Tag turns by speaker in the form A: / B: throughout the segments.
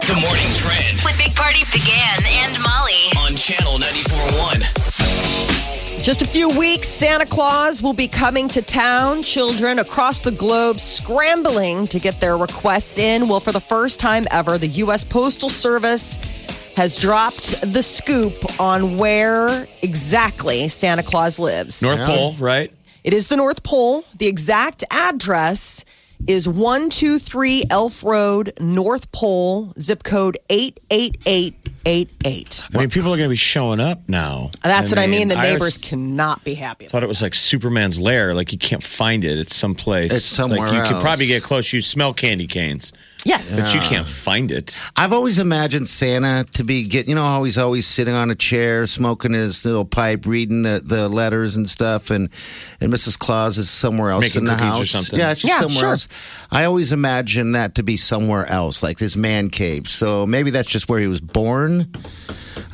A: The morning trend
B: With Big Party began and Molly.
A: on channel 941.
C: Just a few weeks, Santa Claus will be coming to town. Children across the globe scrambling to get their requests in. Well, for the first time ever, the U.S. Postal Service has dropped the scoop on where exactly Santa Claus lives.
D: North Pole, right?
C: It is the North Pole. The exact address is 123 Elf Road, North Pole, zip code 88888.
D: I mean, people are going to be showing up now.
C: That's what I mean. The
D: I
C: neighbors
D: always
C: cannot be happy.
D: thought it was like Superman's lair. Like you can't find it. It's someplace.
E: It's somewhere
D: Like you could
E: else.
D: probably get close. You smell candy canes,
C: Yes.
D: but you can't find it.
E: I've always imagined Santa to be get you know how he's always sitting on a chair, smoking his little pipe, reading the, the letters and stuff, and and Mrs. Claus is somewhere else
D: Making
E: in the
D: cookies or
E: house.
D: something.
E: Yeah, she's
C: Yeah,
E: somewhere
C: sure.
E: else. I always imagine that to be somewhere else, like his man cave. So maybe that's just where he was born.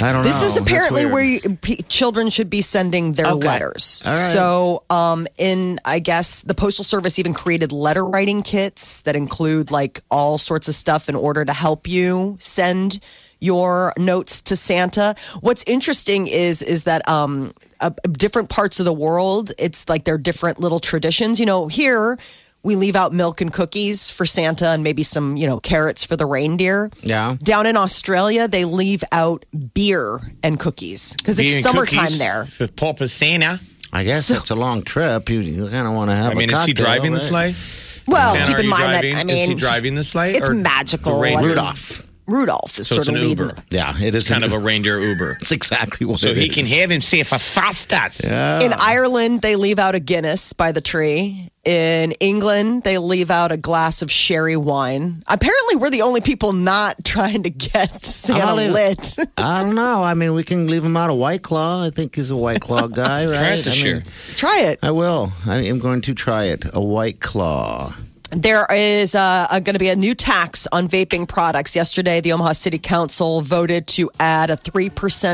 E: I don't know.
C: This is
E: That's
C: apparently
E: weird.
C: where you, p- children should be sending their
E: Okay.
C: letters.
E: All right.
C: So, um, in I guess the postal service even created letter writing kits that include like all sorts of stuff in order to help you send your notes to Santa. What's interesting is is that um, uh, different parts of the world, it's like they're different little traditions. You know, here. We leave out milk and cookies for Santa and maybe some, you know, carrots for the reindeer.
E: Yeah.
C: Down in Australia, they leave out beer and cookies because
D: Being
C: it's summertime
D: cookies
C: there.
D: For Papa Santa.
E: I guess
C: So-
E: it's a long trip. You, you kind of want to have.
D: I mean,
E: a
D: is he
E: cocktail,
D: driving the
E: right?
D: sleigh?
C: Well,
D: Santa,
C: keep
D: are
C: in
D: you
C: mind
D: driving?
C: that I mean,
D: Is he driving the sleigh?
C: It's
D: or
C: magical.
D: the reindeer?
C: I mean,
E: Rudolph.
C: Rudolph is
D: So
C: sort
D: it's
C: of
D: an
C: leading.
D: Uber.
E: Yeah, it is
D: It's kind of a reindeer Uber.
E: That's exactly what
D: So
E: it
D: he can
E: is.
D: have himself a Faustus.
C: the- In Ireland, they leave out a Guinness by the tree. In England, they leave out a glass of sherry wine. Apparently, we're the only people not trying to get Santa
E: Hallelujah.
C: lit.
E: I don't know. I mean, we can leave him out of White Claw. I think he's a White Claw guy, right?
D: this
E: I
D: year.
E: mean,
C: Try it.
E: I will. I am going to try it. A White Claw.
C: There is uh, going to be a new tax on vaping products. Yesterday, the Omaha City Council voted to add a 3%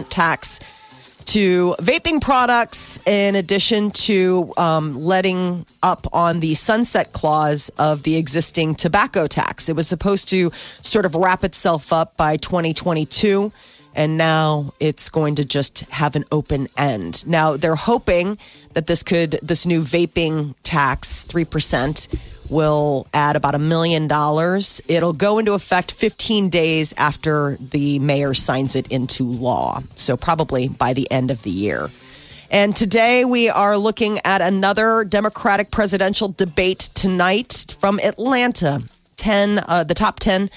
C: tax to vaping products in addition to um, letting up on the sunset clause of the existing tobacco tax. It was supposed to sort of wrap itself up by 2022. And now it's going to just have an open end. Now they're hoping that this could, this new vaping tax, 3%, will add about a million dollars. It'll go into effect 15 days after the mayor signs it into law. So probably by the end of the year. And today we are looking at another Democratic presidential debate tonight from Atlanta. 10 uh, the top 10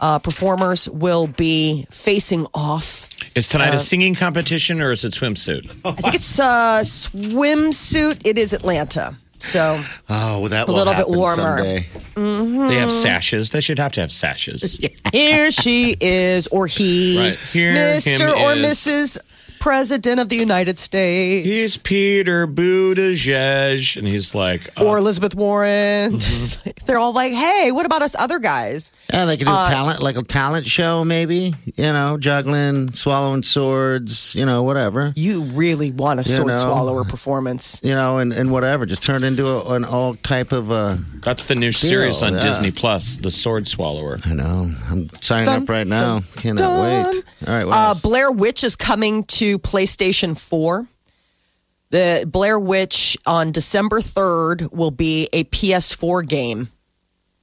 C: uh, performers will be facing off.
D: Is tonight
E: Uh,
D: a singing competition or is it
E: Oh,
D: swimsuit?
C: I think it's uh, swimsuit. It is Atlanta. So
E: Oh, that
C: A
E: will
C: little bit
E: happen
C: warmer.
E: someday.
D: They
C: Mm.
D: have sashes. They should have to have sashes.
C: here she is, or he,
D: Right. Here him
C: Mr. or
D: is.
C: Mrs. President of the United States,
D: He's Peter Buttigieg, and he's like, uh,
C: or Elizabeth Warren.
D: Mm-hmm.
C: They're all like, hey, what about us other guys?
E: Yeah, they could do
C: Uh,
E: talent, like a talent show, maybe. You know, juggling, swallowing swords, you know, whatever.
C: You really want a sword
E: know.
C: swallower performance.
E: You know, and, and whatever. Just turn into a, an all type of. Uh,
D: that's the new series on
E: yeah.
D: Disney Plus, The Sword Swallower.
E: I know. I'm signing
C: Dun,
E: up right now. Cannot
C: dun.
E: wait. All right. What
C: Uh,
E: else?
C: Blair Witch is coming to PlayStation 4. The Blair Witch on December 3rd will be a PS4 game.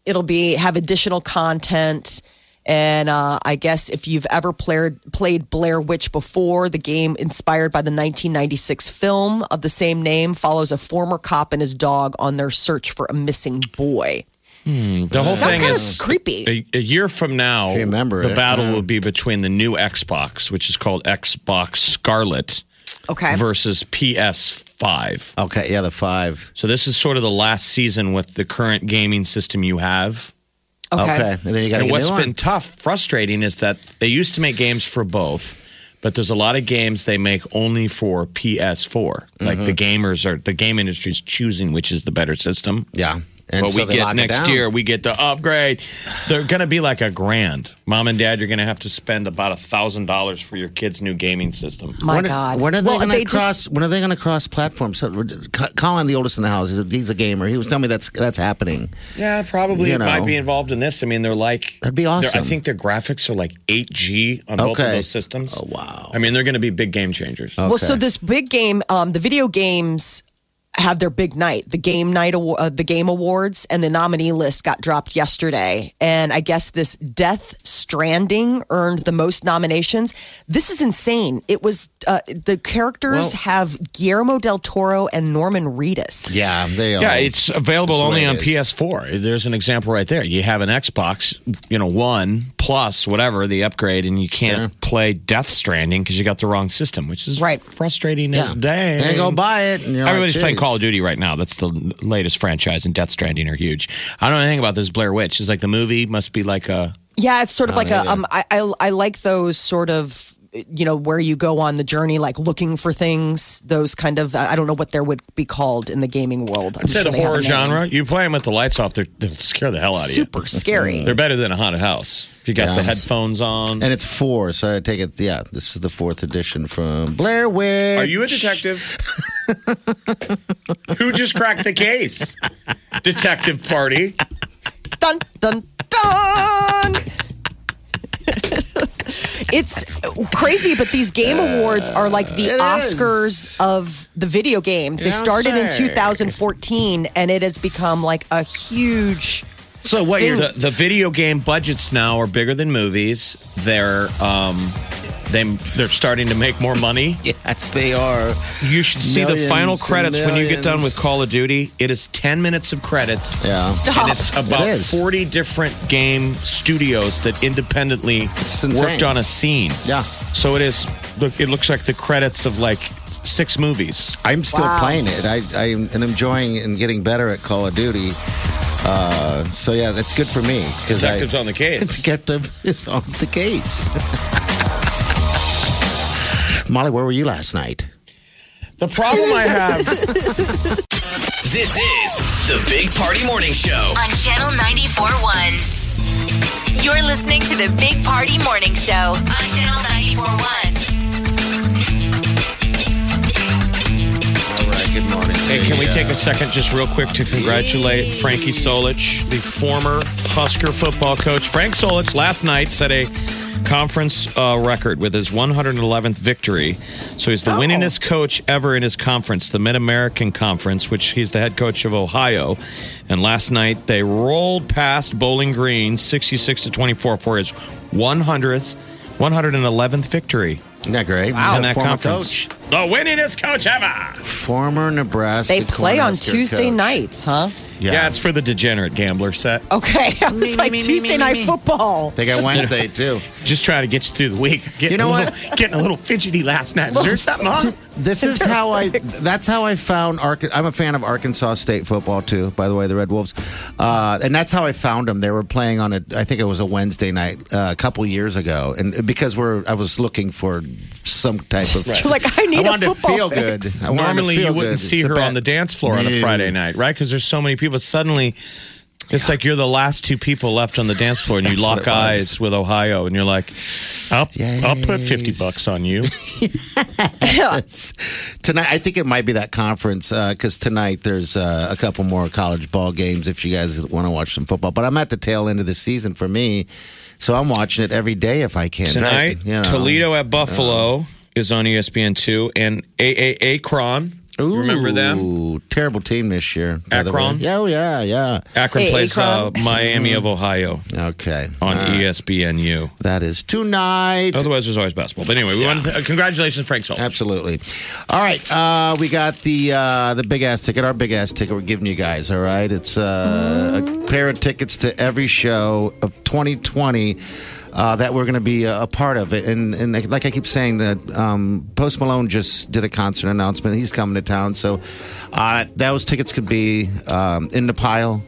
C: It'll be have additional content and uh, I guess if you've ever played played Blair Witch before, the game inspired by the 1996 film of the same name follows a former cop and his dog on their search for a missing boy.
D: The whole
C: Sounds
D: thing
C: kind
D: is
C: of creepy.
D: A, a year from now,
E: If you remember
D: the
E: it,
D: battle
E: yeah.
D: will be between the new Xbox, which is called Xbox Scarlet,
C: Okay.
D: versus PS5.
E: okay. Yeah, the five.
D: So this is sort of the last season with the current gaming system you have.
C: Okay.
E: And then you got to
D: And
E: get
D: what's
E: a new
D: been
E: one.
D: tough, frustrating, is that they used to make games for both, but there's a lot of games they make only for PS4. Like
E: Mm-hmm.
D: the gamers are, the game industry's choosing which is the better system.
E: yeah. And
D: but
E: so
D: we
E: they
D: get
E: lock it
D: next
E: down.
D: year, we get the upgrade. They're going to be like a grand. Mom and dad, you're going to have to spend about a thousand dollars for your kid's new gaming system.
C: My
E: when,
C: God.
E: When are they
C: Well,
E: going
C: they
E: to
C: just-
E: cross? when are they going to cross platforms? So, Co- Colin, the oldest in the house, he's a, he's a gamer. He was telling me that's that's happening.
D: Yeah, probably
E: You
D: it might
E: know.
D: be involved in this. I mean, they're like
E: That'd be
D: they're- I
E: awesome.
D: think their graphics are like 8G on both of
E: Okay.
D: those systems.
E: Oh, wow. Oh,
D: I mean, they're going to be big game changers.
C: Well, so this big game, um, the video games have their big night, the game night, awa- uh, the game awards, and the nominee list got dropped yesterday. And I guess this Death Stranding earned the most nominations. This is insane. It was uh, the characters
E: Well-
C: have Guillermo del Toro and Norman Reedus.
E: Yeah, they are.
D: Yeah, it's available
E: That's the
D: only
E: way
D: on
E: it is.
D: PS4. There's an example right there. You have an Xbox, you know, one plus whatever the upgrade, and you can't play Death Stranding because you got the wrong system, which is
C: Right.
D: frustrating
E: yeah.
D: as dang.
E: And go buy it. And you're
D: Everybody's
E: like,
D: playing Call of
E: "Jeez."
D: Duty right now. That's the latest franchise, and Death Stranding are huge. I don't know anything about this Blair Witch. It's like the movie must be like a
C: Yeah, it's sort of like a um, I, I I like those sort of you know where you go on the journey, like looking for things. Those kind of I I don't know what there would be called in the gaming world. I'm
D: I'd say
C: sure
D: the
C: they have
D: horror
C: a name.
D: genre. You play them with the lights off, they're, they'll scare the hell out of you.
C: Super scary.
D: They're better than a haunted house. If you got the
E: Yeah.
D: headphones on.
E: And it's four, so I take it. Yeah, this is the fourth edition from Blair Witch.
D: Are you a detective? Who just cracked the case? Detective party.
C: dun dun dun. it's crazy, but these game awards are like the
E: Uh, It
C: Oscars of the video games. They
E: Yeah,
C: started in
E: say.
C: 2014, and it has become like a huge.
D: So what? You're, the, the video game budgets now are bigger than movies. They're um, they they're starting to make more money.
E: Yes, they are.
D: You should see the final
E: Millions and
D: credits when you get done with
E: millions.
D: Call of Duty. It is ten minutes of credits.
E: Yeah.
C: Stop.
D: And it's about
E: It is.
D: forty different game studios that independently
E: insane.
D: worked on a scene.
E: Yeah.
D: So it is. Look, it looks like the credits of like six movies.
E: I'm still
C: Wow.
E: playing it. I, I am and enjoying and getting better at Call of Duty. Uh, so yeah, that's good for me because
D: Detectives on the case.
E: Detective is on the case. Molly, where were you last night?
D: The problem I have.
A: This is the Big Party Morning Show.
B: on Channel 94.1. You're listening to the Big Party Morning Show on Channel 94.1.
E: All right, good morning.
D: Hey, can we take a second just real quick to congratulate Frankie Solich, the former Husker football coach? Frank Solich last night set a conference uh, record with his 111th victory. So
E: Oh.
D: he's the winningest coach ever in his conference, the Mid American Conference, which he's the head coach of Ohio. And last night they rolled past Bowling Green 66 to 24 for his 100th, 111th victory
E: Isn't that great?
D: in that
E: former
D: conference.
E: coach,
D: The winningest coach ever.
E: former Nebraska.
C: They play on
E: Cornhusker
C: Tuesday
E: coach.
C: nights, huh?
E: Yeah.
D: Yeah. it's for the degenerate gambler set.
C: Okay, I was
E: Me,
C: like
E: me, me,
C: Tuesday
E: me,
C: night
E: me.
C: football.
E: they got Wednesday too.
D: Just trying to get you through the week. Getting
E: You know
D: a little,
E: what?
D: Getting a little fidgety last night. Is there something on?
E: This is how I. That's how I found. Ark I'm a fan of Arkansas State football too. By the way, the Red Wolves, uh, and that's how I found them. They were playing on a. I think it was a Wednesday night uh, a couple years ago, and because we're, I was looking for some type of.
C: You're like, I need
E: I
C: a
E: wanted to
C: football
E: feel good.
C: fix.
E: I wanted to
D: Normally, you
E: feel
D: wouldn't
E: good.
D: see
E: It's a
D: her
E: bad-
D: on the dance floor on a
E: No.
D: Friday night, right? Because there's so many people. Suddenly, it's like you're the last two people left on the dance floor, and you
E: That's what
D: lock
E: it was.
D: eyes with Ohio, and you're like, "I'll, I'll put fifty
E: Yes.
D: bucks on you."
E: tonight i think it might be that conference because tonight there's uh, a couple more college ball games if you guys want to watch some football but i'm at the tail end of the season for me so i'm watching it every day if i can
D: Tonight,
E: You know.
D: Toledo at Buffalo is on E ESPN two, and AAA Akron.
E: Ooh,
D: Remember them?
E: terrible team this year by the way.
D: Akron?
E: yeah oh, yeah yeah
D: Akron
C: AA
D: plays uh,
C: Akron.
D: Miami of Ohio
E: okay
D: on E
E: Uh,
D: ESPNU.
E: that is tonight
D: Otherwise, there's always basketball. But anyway, we want to, uh, congratulations, Frank Sol.
E: Absolutely. All right, uh, we got the uh, the big ass ticket. Our big ass ticket. We're giving you guys. All right, it's uh, a pair of tickets to every show of 2020 uh, that we're going to be a, a part of it. And and like I keep saying, that um, Post Malone just did a concert announcement. He's coming to town, so uh, those tickets could be um, in the pile.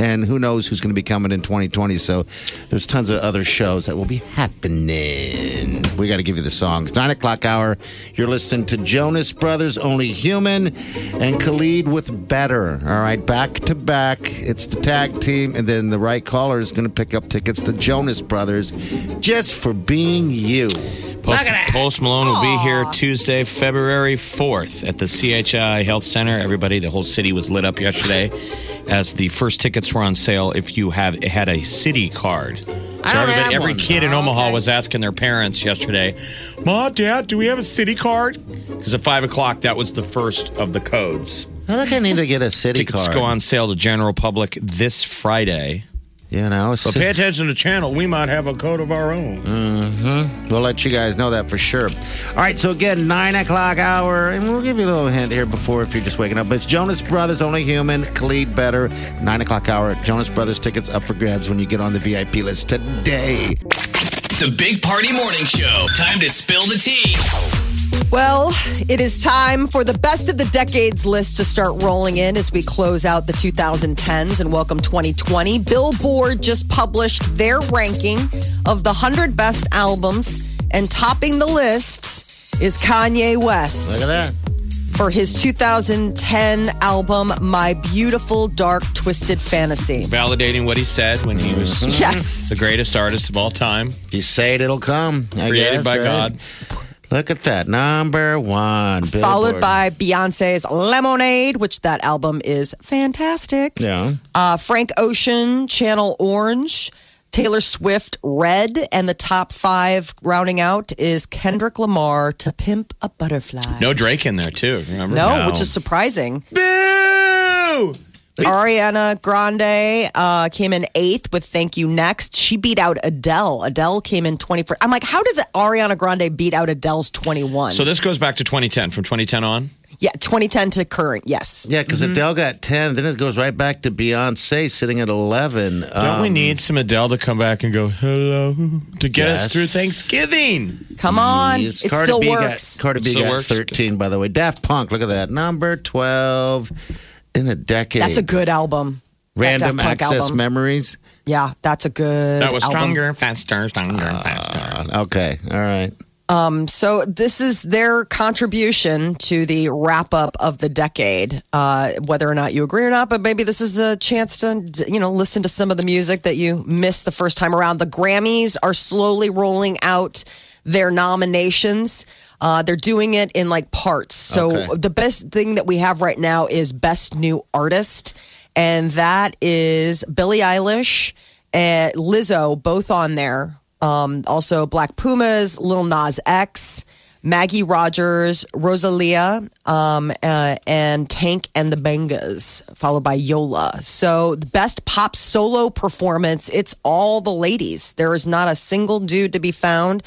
E: and who knows who's going to be coming in 2020. So there's tons of other shows that will be happening. We got to give you the songs. Nine o'clock hour. You're listening to Jonas Brothers, Only Human, and Khalid with Better. All right, back to back. It's the tag team, and then the right caller is going to pick up tickets to Jonas Brothers, just for being you.
D: Post, Post Malone will be here Tuesday, February 4th at the CHI Health Center. Everybody, the whole city was lit up yesterday as the first tickets were on sale if you have had a city card. So
E: don't have
D: everybody, every
E: one. Oh,
D: kid in Omaha was asking their parents yesterday, "Ma, Dad, do we have a city card?" Because at five o'clock, that was the first of the codes.
E: I think I need to get a city
D: Tickets
E: card.
D: go on sale to general public this Friday.
E: You know,
D: But
E: sit-
D: pay attention to channel; we might have a code of our own.
E: We'll let you guys know that for sure. All right, so again, nine o'clock hour, and we'll give you a little hint here before if you're just waking up. But it's Jonas Brothers, Only Human, Khalid Better, nine o'clock hour. Jonas Brothers tickets up for grabs when you get on the VIP list today.
A: The Big Party Morning Show. Time to spill the tea.
C: Well, it is time for the best of the decades list to start rolling in as we close out the 2010s and welcome 2020. Billboard just published their ranking of the 100 best albums, and topping the list is Kanye West
E: Look at that.
C: for his 2010 album, My Beautiful Dark Twisted Fantasy.
D: Validating what he said when he was
E: Mm.
C: Yes.
E: Mm-hmm.
D: the greatest artist of all time,
E: If you say it, it'll come. I
D: created
E: guess,
D: by
E: right?
D: God.
E: Look at that. Number one.
C: Followed
E: Billboard.
C: by Beyonce's Lemonade, which that album is fantastic.
E: Yeah.
C: uh, Frank Ocean, Channel Orange, Taylor Swift, Red, and the top five rounding out is Kendrick Lamar, To Pimp a Butterfly.
D: No Drake in there too. Remember?
C: No, which is surprising.
D: Boo!
C: Ariana Grande uh, came in eighth with Thank You Next. She beat out Adele. Adele came in 21st. I'm like, how does Ariana Grande beat out Adele's 21?
D: So this goes back to 2010. From 2010 on,
C: yeah, 2010 to current, yes.
E: Yeah, because Adele got 10, then it goes right back to Beyonce sitting at 11.
D: don't we
E: Um,
D: need some Adele to come back and go hello to get us
E: Yes.
D: through Thanksgiving?
C: Come on. It
E: Yes, Cardi
C: still
E: B
C: works.
E: Got, Cardi B
D: Still
E: got
D: works.
E: 13, by the way. Daft Punk, look at that. Number 12 in a decade.
C: That's a good album. That
E: Random
C: Daft Punk
E: Access
C: album.
E: Memories.
C: Yeah, that's a good
D: That was
C: album.
D: stronger, faster, stronger, faster.
E: Uh, okay, all right.
C: So this is their contribution to the wrap up of the decade. Uh, whether or not you agree or not, but maybe this is a chance to you know listen to some of the music that you missed the first time around. The Grammys are slowly rolling out their nominations. Uh, they're doing it in like parts. So
E: Okay.
C: the best thing that we have right now is Best New Artist, and that is Billie Eilish and Lizzo, both on there. Um, also, Black Pumas, Lil Nas X, Maggie Rogers, Rosalia, um, uh, and Tank and the Bangas, followed by Yola. So, the best pop solo performance, it's all the ladies. There is not a single dude to be found.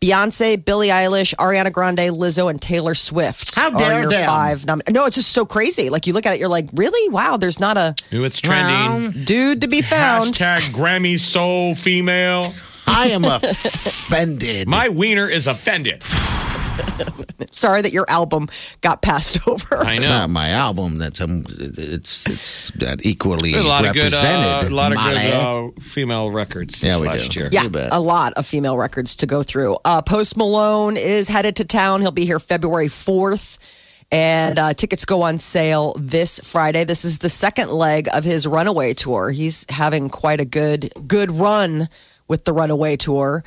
C: Beyonce, Billie Eilish, Ariana Grande, Lizzo, and Taylor Swift.
E: How dare
C: are your
E: them.
C: five nom- No, it's just so crazy. Like you look at it, you're like, really? Wow, there's not a
D: Ooh, it's trending.
E: Mm.
C: dude to be found.
D: Hashtag Grammy soul female.
E: I am offended.
D: My wiener is offended.
C: Sorry that your album got passed over.
D: I
E: it's
D: know.
E: not my album. That's um, it's it's that equally
D: There's a lot of good, uh,
E: represented.
D: a lot of good
E: Molly.
D: uh, female records
E: Yeah,
D: this
E: we
D: last
E: do.
D: year.
C: Yeah,
E: You bet.
C: a lot of female records to go through. Uh, Post Malone is headed to town. He'll be here February 4th, and uh, tickets go on sale this Friday. This is the second leg of his Runaway tour. He's having quite a good good run with the Runaway tour.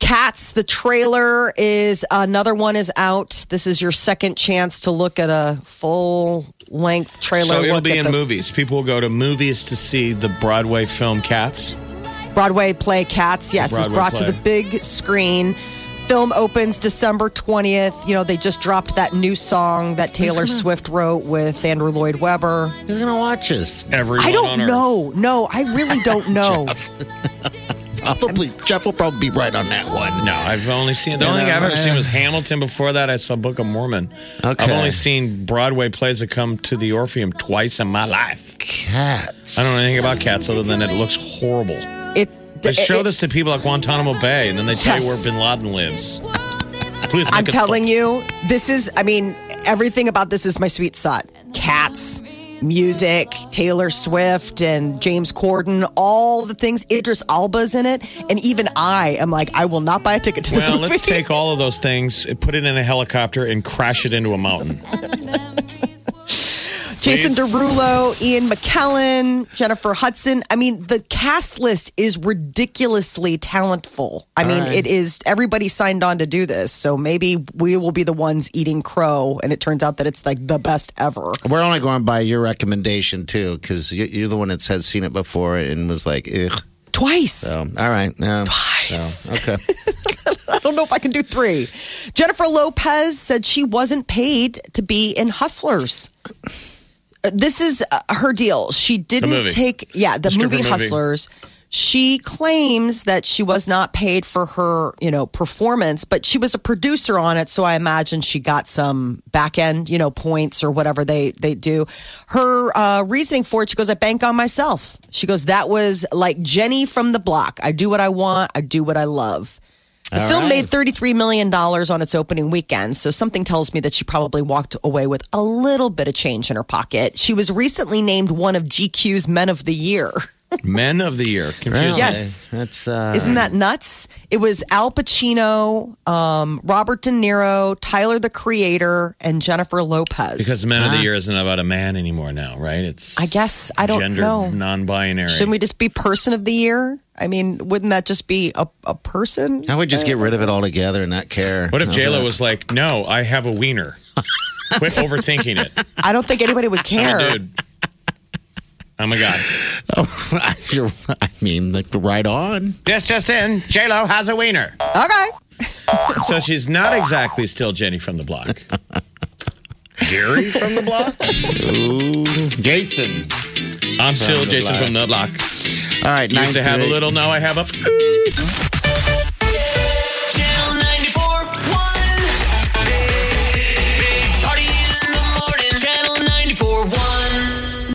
C: Cats, the trailer is another one is out. This is your second chance to look at a full length trailer.
D: So it'll
C: look
D: be
C: at
D: in
C: the
D: movies. People will go to movies to see the Broadway film Cats.
C: Broadway play Cats, yes, is
D: Broadway
C: brought
D: play.
C: to the big screen. Film opens December 20th. You know, they just dropped that new song that Taylor Swift wrote with Andrew Lloyd Webber.
E: Who's gonna watch us?
D: Everyone
C: I
D: on
C: don't
D: Earth.
C: know. No, I really don't know.
E: Probably Uh, Jeff will probably be right on that one.
D: No, I've only seen the
E: You
D: only thing
E: know,
D: I've ever
E: uh,
D: seen was Hamilton. Before that, I saw Book of Mormon.
E: Okay.
D: I've only seen Broadway plays that come to the Orpheum twice in my life.
E: Cats.
D: I don't know anything about cats other than it looks horrible.
C: It,
D: They show
C: it-
D: this to people at Guantanamo Bay, and then they tell you where
C: Yes.
D: Bin Laden lives. Please,
C: I'm telling you, this is, I mean, everything about this is my sweet spot. Cats, music, Taylor Swift and James Corden, all the things. Idris Alba's in it, and even I am like, I will not buy a ticket to this
D: Well,
C: movie.
D: let's take all of those things, put it in a helicopter, and crash it into a mountain.
C: Jason
D: Please.
C: Derulo, Ian McKellen, Jennifer Hudson. I mean, the cast list is ridiculously talentful. I mean, it is everybody signed on to do this, so maybe we will be the ones eating crow, and it turns out that it's like the best ever.
E: We're only going by your recommendation too, because you're the one that says seen it before and was like, ugh.
C: Twice.
E: So, all right, yeah.
C: Twice.
E: So, okay.
C: I don't know if I can do three. Jennifer Lopez said she wasn't paid to be in Hustlers. Uh, This is uh, her deal. She
D: movie.
C: didn't take, yeah, the
D: stripper
C: movie
D: movie.
C: Hustlers. She claims that she was not paid for her, you know, performance, but she was a producer on it, so I imagine she got some back end, you know, points or whatever they they do. Her uh, reasoning for it, she goes, "I bank on myself." She goes, "That was like Jenny from the block. I do what I want. I do what I love." The
E: All
C: film
E: right.
C: made $33 million on its opening weekend, so something tells me that she probably walked away with a little bit of change in her pocket. She was recently named one of GQ's Men of the Year.
D: Men of the year. Confusing.
C: Yes.
E: That's uh,
C: Isn't that nuts? It was Al Pacino, um, Robert De Niro, Tyler the Creator, and Jennifer Lopez.
D: Because men of the year isn't about a man anymore now, right? It's
C: I guess- I don't
D: gender
C: know.
D: non-binary.
C: Shouldn't we just be Person of the Year? I mean, wouldn't that just be a, a person?
E: I would just get rid of it altogether and not care.
D: what if
E: How's
D: JLo
E: that?
D: was like, "No, I have a wiener." Quit overthinking it,
C: I don't think anybody would care.
D: dude. I'm a guy.
E: You're, I mean, like the right on.
D: This just in: JLo has a wiener,
C: Okay.
D: so she's not exactly still Jenny from the block. Gary from the block.
E: Ooh, Jason.
D: I'm still
E: the
D: Jason
E: block.
D: from the block.
E: All right,
D: Used to have a
E: 938.
D: little. Now I have a.